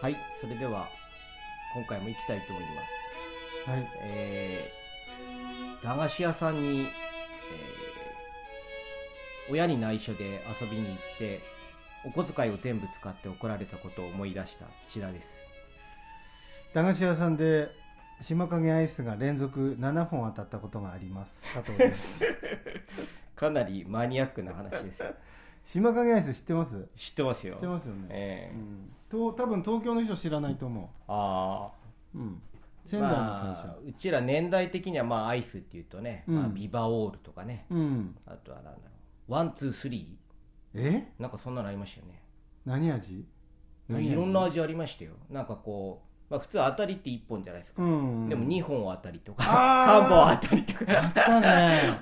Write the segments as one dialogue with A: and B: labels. A: はいそれでは今回も行きたいと思います
B: はい。
A: えー駄菓子屋さんに、えー親に内緒で遊びに行ってお小遣いを全部使って怒られたことを思い出した千田です
B: 駄菓子屋さんで島影アイスが連続7本当たったことがあります。佐 藤です。
A: かなりマニアックな話 です
B: 島影アイス知ってます？
A: 知ってますよ
B: 知ってますよね。
A: ええ
B: うん。と多分東京の人知らないと思
A: ああ
B: う。うん。仙台の会社。
A: まあうちら年代的にはまあアイスっていうとね、まあ、
B: うん
A: ビバオールとかね
B: うん。
A: あとはなんだろうワンツースリ
B: え？
A: ーなんかそんなのありましたよね
B: 何味？何味
A: いろんな。味ありましたよなんかこう、まあ、普通当たりって1本じゃないですか、
B: うん、うん。
A: でも2本当たりとか
B: あ
A: 3本
B: ー
A: 当たりと
B: あ
A: か
B: ったね。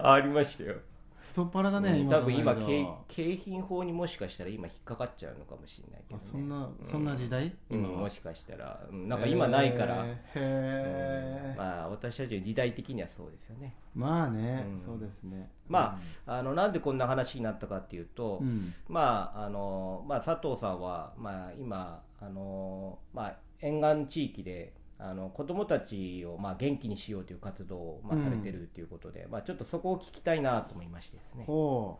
A: ありましたよ、
B: 太っ腹だね。
A: うん多分今
B: 考える
A: 景
B: と
A: 景品法にもしかしたら今引っかかっちゃうのかもしれないけ
B: あ
A: ど、ね、
B: そんなそんな時代？
A: うん
B: 今は
A: もしかしたらうんなんか今ないから、う
B: へ
A: ん
B: え。
A: まあ私たちの時代的にはそうですよね
B: まあね
A: うん、
B: そうですね。
A: まあのなんでこんな話になったかっていうと、
B: うん。
A: まああのまあ、佐藤さんは、まあ、今あの、まあ、沿岸地域であの子どもたちを、まあ、元気にしようという活動を、まあ、
B: うん
A: されてるということで、まあ、ちょっとそこを聞きたいなと思いましてですね。
B: ほ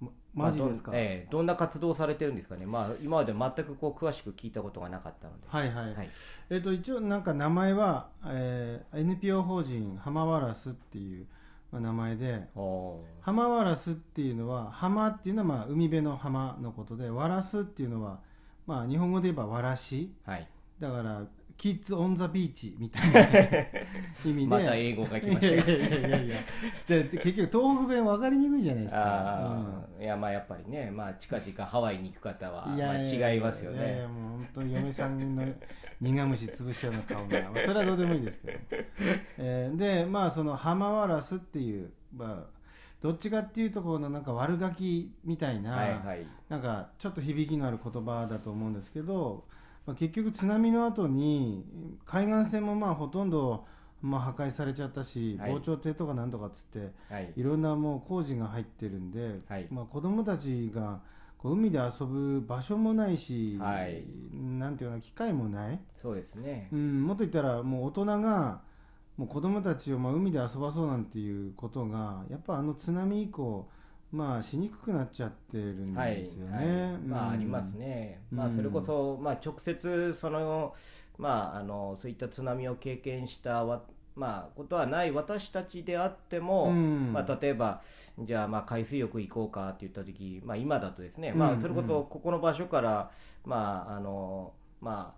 B: う。まマジ
A: まあ
B: ですか。
A: どんええどんな活動をされてるんですかね、まあ、今まで全くこう詳しく聞いたことがなかったので。
B: はいはい、
A: はい
B: えっ、と一応なんか名前は、えー NPO 法人ハマワラスっていうまあ名前で
A: おー
B: ハマワラスっていうのは浜っていうのはまあ海辺の浜のことでワラスっていうのはまあ日本語で言えばわらし
A: はい、
B: だからキッズ・オン・ザ・ビーチ みたいな意味で
A: また英語が来ま
B: い
A: し
B: や
A: たよ
B: いやいやいやでで結局東北弁分かりにくいじゃないです
A: あ
B: か、
A: ーいやまあやっぱりね、まあ、近々ハワイに行く方は、
B: うんいやいや
A: まあ、違いますよね。
B: いやいやもう本当に嫁さんの苦虫潰しちゃうの顔が、まあ、それはどうでもいいですけど、えーでまあその浜ワラスっていう、まあ、どっちかっていうとこのなんか悪ガキみたいな、
A: はいはい
B: なんかちょっと響きのある言葉だと思うんですけど、まあ、結局津波の後に海岸線もまあほとんど、まあ、破壊されちゃったし、
A: はい
B: 防潮堤とかなんとかっつって
A: はい
B: いろんなもう工事が入ってるんで、
A: はい
B: まあ、子供たちがこう海で遊ぶ場所もないし、
A: はい
B: なんていうの機会もない、
A: そうですね
B: う。ん、もっと言ったらもう大人がもう子供たちをまあ海で遊ばそうなんていうことがやっぱあの津波以降、まあ、しにくくなっちゃってるん
A: はい、
B: ですよね。
A: はいまあ
B: うん
A: ありますね。
B: うん
A: まあそれこそまあ直接そのまああのそういった津波を経験したわまあことはない私たちであっても。
B: うん
A: まあ、例えばじゃあまあ海水浴行こうかって言った時、まあ、今だとですね、
B: うん
A: まあ、それこそここの場所から、まああのま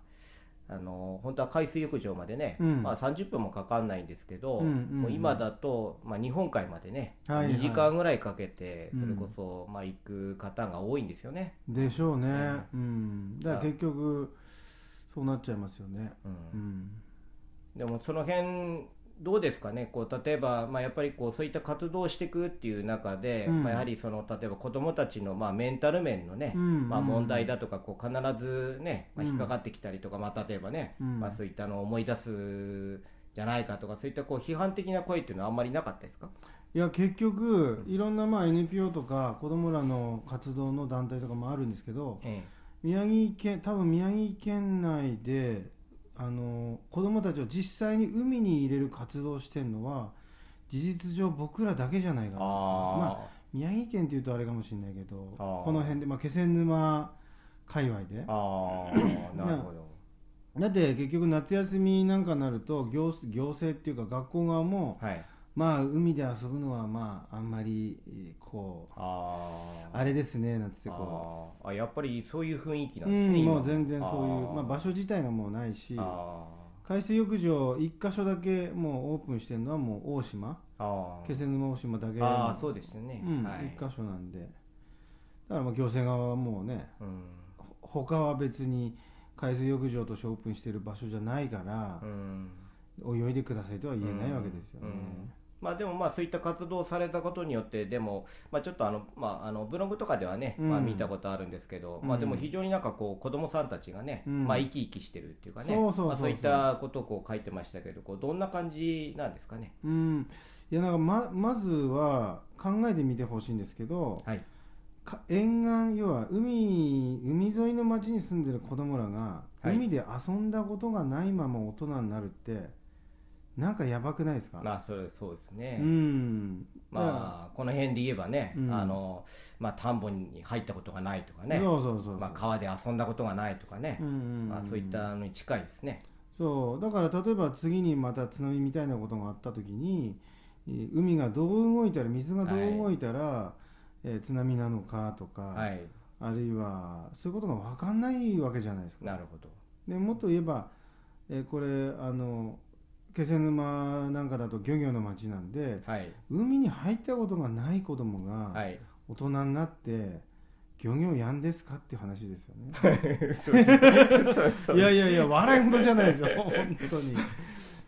A: あ、あの本当は海水浴場までね、
B: うん
A: まあ、30分もかかんないんですけど、
B: うんうんうん
A: もう今だと、まあ、日本海までね、
B: はいはい
A: 2時間ぐらいかけて
B: うん
A: それこそ、まあ、行く方が多いんですよね。
B: でしょうね、うん、だから
A: あ
B: 結局そうなっちゃいますよね。
A: うん
B: うん
A: でもその辺どうですかねこう例えば、まあ、やっぱりこうそういった活動をしていくっていう中で、
B: うん
A: まあ、やはりその例えば子どもたちの、まあ、メンタル面のね、
B: うん
A: まあ、問題だとかこう必ずね、まあ、
B: うん
A: 引っかかってきたりとか、まあ、例えばね、
B: うん
A: まあ、そういったのを思い出すじゃないかとかそういったこう批判的な声っていうのはあんまりなかったですか、
B: いや結局いろんなまあ NPO とか子どもらの活動の団体とかもあるんですけど
A: え
B: 宮城県多分宮城県内であの子どもたちを実際に海に入れる活動をしてるのは事実上僕らだけじゃないかなまあ、宮城県っていうとあれかもしれないけど
A: あー
B: この辺で、まあ、気仙沼界隈で
A: あーなるほど、
B: だって結局夏休みなんかになると行行政っていうか学校側も
A: はい
B: まあ海で遊ぶのはまああんまりえーこう
A: あー
B: あれですねなんつってこ
A: あーあやっぱりそういう雰囲気
B: う
A: な
B: うん
A: です
B: ん
A: ね、今
B: もう全然そういう
A: あー
B: まあ、場所自体がもうないし
A: あ
B: 海水浴場一箇所だけもうオープンしてるのはもう大島
A: ーあー
B: 気仙沼大島だけ
A: ああそうですよね、
B: うん
A: はい
B: 一箇所なんでだからまあ行政側はもうね
A: うん
B: ほ他は別に海水浴場としてオープンしてる場所じゃないから
A: う、ん
B: 泳いでくださいとは言えないわけですよ
A: う
B: ね、
A: んまあでもまあそういった活動をされたことによってでもまあちょっとあのまああのブログとかではね、
B: うん
A: まあ見たことあるんですけど、
B: うん
A: まあでも非常になんかこう子供さんたちがね、
B: うん
A: まあ生き生きしてるっていうかね
B: そうそうそうそう
A: まあそういったことをこう書いてましたけどこうどんな感じなんですかね
B: うん、いやなんかままずは考えてみてほしいんですけど
A: はい
B: か沿岸要は海海沿いの町に住んでる子供らが、
A: はい
B: 海で遊んだことがないまま大人になるってなんかやばくないですか、
A: まあそれそうですね、
B: うん
A: まあこの辺で言えばね、
B: うん
A: あのまあ田んぼに入ったことがないとかね、
B: そうそうそうそう、
A: まあ川で遊んだことがないとかね
B: う、んうんん
A: まあそういったのに近いですね。
B: そうだから例えば次にまた津波みたいなことがあった時にえー海がどう動いたら水がどう動いたら、えー津波なのかとか、
A: はい、
B: あるいはそういうことが分かんないわけじゃないですか。
A: なるほど。
B: でもっと言えば、えーこれあの気仙沼なんかだと漁業の町なんで
A: はい、
B: 海に入ったことがない子供が
A: はい、
B: 大人になって、漁業やんですかっていう話ですよ ね。
A: そう です。そうです。
B: いやいやいや笑い事じゃないですよ本当に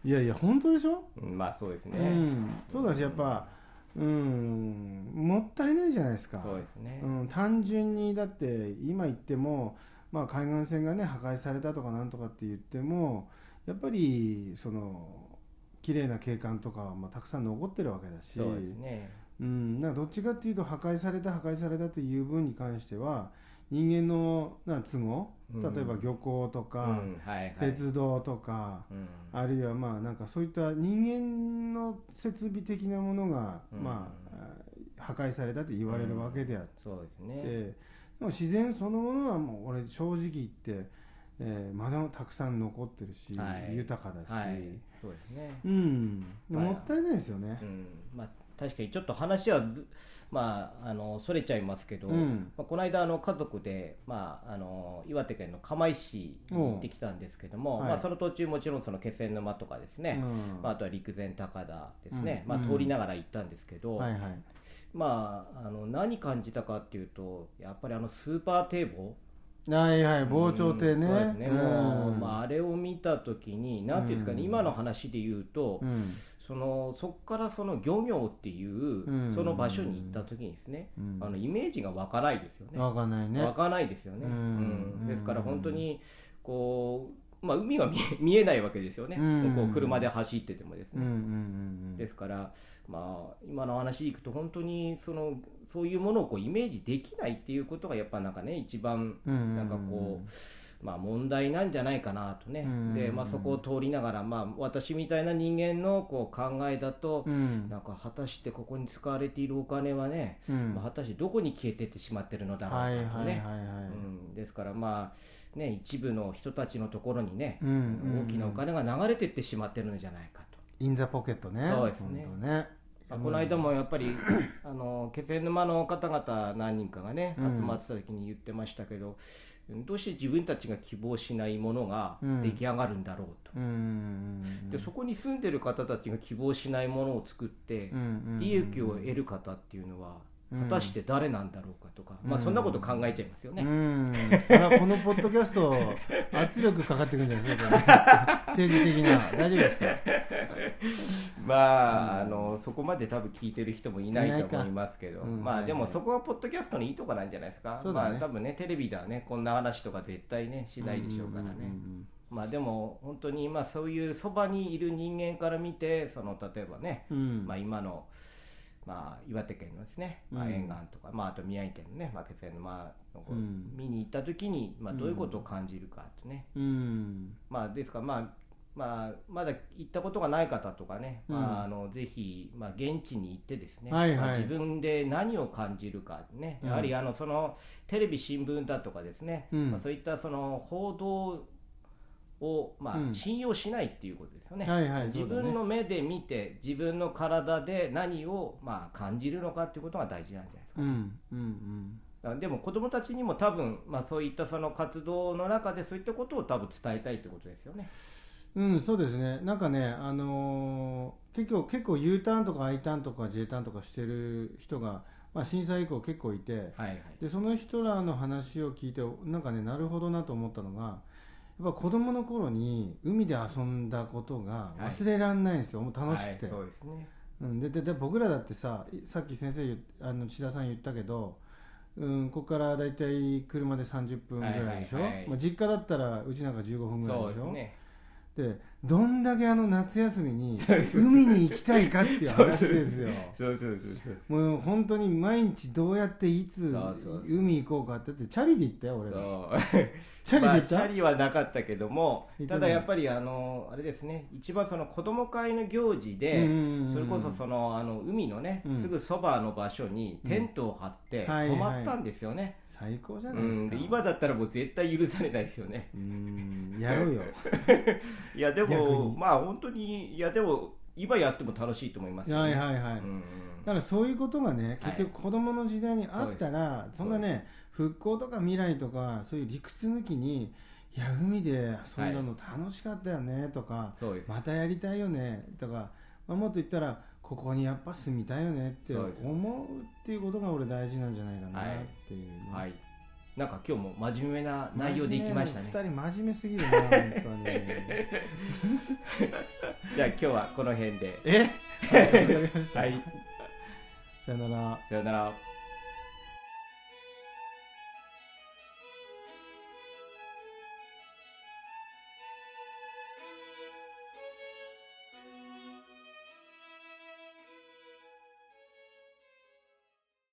B: いやいや本当でしょ、
A: うんまあそうです
B: う
A: ね。
B: んそうだしやっぱうんもったいないじゃないですか
A: そうですね
B: う。ん、単純にだって今言っても、まあ、海岸線がね破壊されたとかなんとかって言ってもやっぱりその綺麗な景観とかはまあたくさん残ってるわけだし
A: そうですね。
B: うん、なんかどっちかっていうと破壊された破壊されたという分に関しては人間のな都合
A: うん
B: 例えば漁港とか、
A: うん、はいはい。
B: 鉄道とか、
A: うん、
B: あるいはまあなんかそういった人間の設備的なものが、
A: うん
B: まあ、破壊されたと言われるわけであって、
A: そうですね。
B: でも自然そのものはもう俺正直言って、えーまだたくさん残ってるし、
A: はい
B: 豊かだし、
A: はい、そうですね。
B: うん、で
A: はい
B: もったいないですよね。
A: うん、まあ確かにちょっと話はずまああのそれちゃいますけど、
B: うん
A: まあ、この間あの家族で、まあ、あの岩手県の釜石市に行ってきたんですけども、
B: おうはい
A: まあ、その途中もちろんその気仙沼とかですね、
B: うん
A: まあ、あとは陸前高田ですね、
B: うん
A: まあ、通りながら行ったんですけど、
B: はいはい、
A: まあ、あの何感じたかっていうとやっぱりあのスーパー堤防
B: はいはい防潮堤ね。
A: うんそうですね、もう、
B: ん
A: まあ、あれを見た時に何ていうんですかね、
B: うん
A: 今の話で言うと、
B: うん
A: そのそこからその漁業っていう
B: うん
A: その場所に行った時にですね、
B: うん
A: あのイメージが湧かないですよね。
B: わかんないね。
A: 湧かないですよね。
B: うん
A: うんですから
B: うん
A: 本当にこう、まあ、海は見え 見えないわけですよね、
B: うん
A: こう車で走っててもです
B: うんうん
A: ね。
B: うんうん、
A: ですから、まあ、今の話でいくと本当にそのそういうものをこうイメージできないっていうことがやっぱなんかね一番
B: な
A: なんかこう、まあ、問題なんじゃないかなとね、
B: うん
A: でまあ、そこを通りながら、まあ、私みたいな人間のこう考えだと、
B: うん
A: なんか果たしてここに使われているお金はね、
B: うん
A: まあ、果たしてどこに消えてってしまってるのだ
B: は
A: ろ
B: いうはい
A: かと
B: はい
A: ね。
B: は
A: う
B: い。
A: ん、ですから、まあね、一部の人たちのところにね、
B: うんうんうん
A: 大きなお金が流れてってしまってるのじゃないかと。
B: インザポケットね。
A: そうですね
B: ほんとね
A: まあこの間もやっぱり、あの気仙沼の方々何人かがね集
B: うん
A: まってた時に言ってましたけど、どうして自分たちが希望しないものが
B: うん
A: 出来上がるんだろうと、
B: うんうんうん。
A: でそこに住んでる方たちが希望しないものを作って
B: うんうんうん
A: 利益を得る方っていうのは
B: うん
A: 果たして誰なんだろうかとか、
B: うん
A: まあ、そんなこと考えちゃいますよ
B: う
A: ね。
B: ん。あ らこのポッドキャスト、圧力かかってくるんじゃないですか、 これ政治的な。大丈夫ですか
A: まあ,、あのそこまで多分聞いてる人もいない
B: いない
A: と
B: か
A: 思いますけど、
B: うん
A: まあ
B: はいはい
A: でもそこはポッドキャストのいいとこなんじゃないですか、
B: そうだ
A: ま
B: ね
A: あ多分ねテレビではねこんな話とか絶対ねしないでしょうからね、
B: うん
A: まあでも本当にまあそういうそばにいる人間から見てその例えばね、
B: うんうん。
A: まあ、今の、まあ、岩手県のですね、まあ、
B: うん
A: 沿岸とか、まあ、あと宮城県のね、まあ、気仙沼のこう
B: うん
A: 見に行った時に、まあ、どういうことを感じるかとね、
B: うん。
A: まあ、ですから、まあまあ、まだ行ったことがない方とかね、
B: うん
A: まあ、あのぜひ、まあ、現地に行ってですね、
B: はいはい
A: まあ自分で何を感じるかね、
B: うん
A: やはりあのそのテレビ、新聞だとかですね、
B: うん
A: まあ、そういったその報道を、ま
B: う
A: あ、
B: ん
A: 信用しないっていうことですよね。
B: はいはい。
A: 自分の目で見て、自分の体で何を、まあ、感じるのかっていうことが大事なんじゃないですか
B: そうだね。うんうん
A: あでも子どもたちにも多分、まあ、そういったその活動の中でそういったことを多分伝えたいってことですよね。
B: うん。うん、そうですね。なんかね、あのー結構、結構 U ターンとか I ターンとか J ターンとかしてる人が、まあ震災以降結構いて、
A: はいはい、
B: でその人らの話を聞いてなんかねなるほどなと思ったのがやっぱ子供の頃に海で遊んだことが忘れられないんですよ、もう楽しくて、
A: はいそうですね
B: うん、ででで僕らだってさいさっき先生言っあの千田さん言ったけど、うん、ここからだいたい車で30分ぐらいでしょ、
A: はいはいはい
B: まあ、実家だったらうちなんか15分ぐらい
A: そう
B: で
A: で
B: し
A: す
B: ょ
A: ね
B: でどんだけあの夏休みに
A: そうそう
B: 海に行きたいかっていう話ですよ
A: そうそうそうそう
B: もう本当に毎日どうやっていつ
A: そうそうそう
B: 海行こうかってだってチャリで行ったよ俺ら
A: そう
B: チャリで
A: ま
B: 行
A: あ
B: っ
A: チ
B: ちゃ
A: ャ
B: う
A: リはなかったけども
B: 行か
A: た
B: ない
A: だやっぱりあのあれですね一番その子供会の行事
B: うん
A: で
B: うんうん
A: それこそそのあの海のね
B: うん
A: すぐそばの場所にテントを張って
B: うんはいは
A: 泊
B: い
A: まったんですよね
B: 最高じゃ
A: う
B: ないです
A: ん
B: か
A: で今だったらもう絶対許されないですよね
B: うんやろ うよ
A: いやで
B: 逆
A: も
B: に
A: まあ本当にいやでも今やっても楽しいと思いますよ
B: はい
A: ね
B: はいは
A: う
B: い
A: ん
B: だからそういうことがね
A: はい
B: 結局子供の時代にあったら、そんな
A: そ
B: ね復興とか未来とかそういう理屈抜きにいや海で遊んだの楽しかったよねとか、
A: そうです
B: またやりたいよねとか、まあ、もっと言ったらここにやっぱ住みたいよねって
A: そうです
B: 思うっていうことが俺大事なんじゃないかなっていう、ね
A: はいなんか今日も真面目な内容でいきましたね
B: 2人真面目すぎるな本当 に
A: じゃあ今日はこの辺で
B: えわかりました、
A: はい
B: さよなら
A: さよなら